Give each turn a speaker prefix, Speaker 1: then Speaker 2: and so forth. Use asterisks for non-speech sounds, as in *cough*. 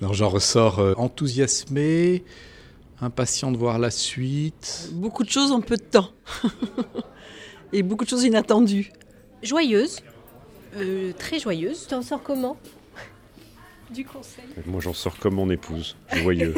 Speaker 1: Non, j'en ressors euh, enthousiasmé, impatient de voir la suite.
Speaker 2: Beaucoup de choses en peu de temps. *laughs* Et beaucoup de choses inattendues.
Speaker 3: Joyeuse, euh, très joyeuse. T'en sors comment Du conseil.
Speaker 4: Moi, j'en sors comme mon épouse, joyeux.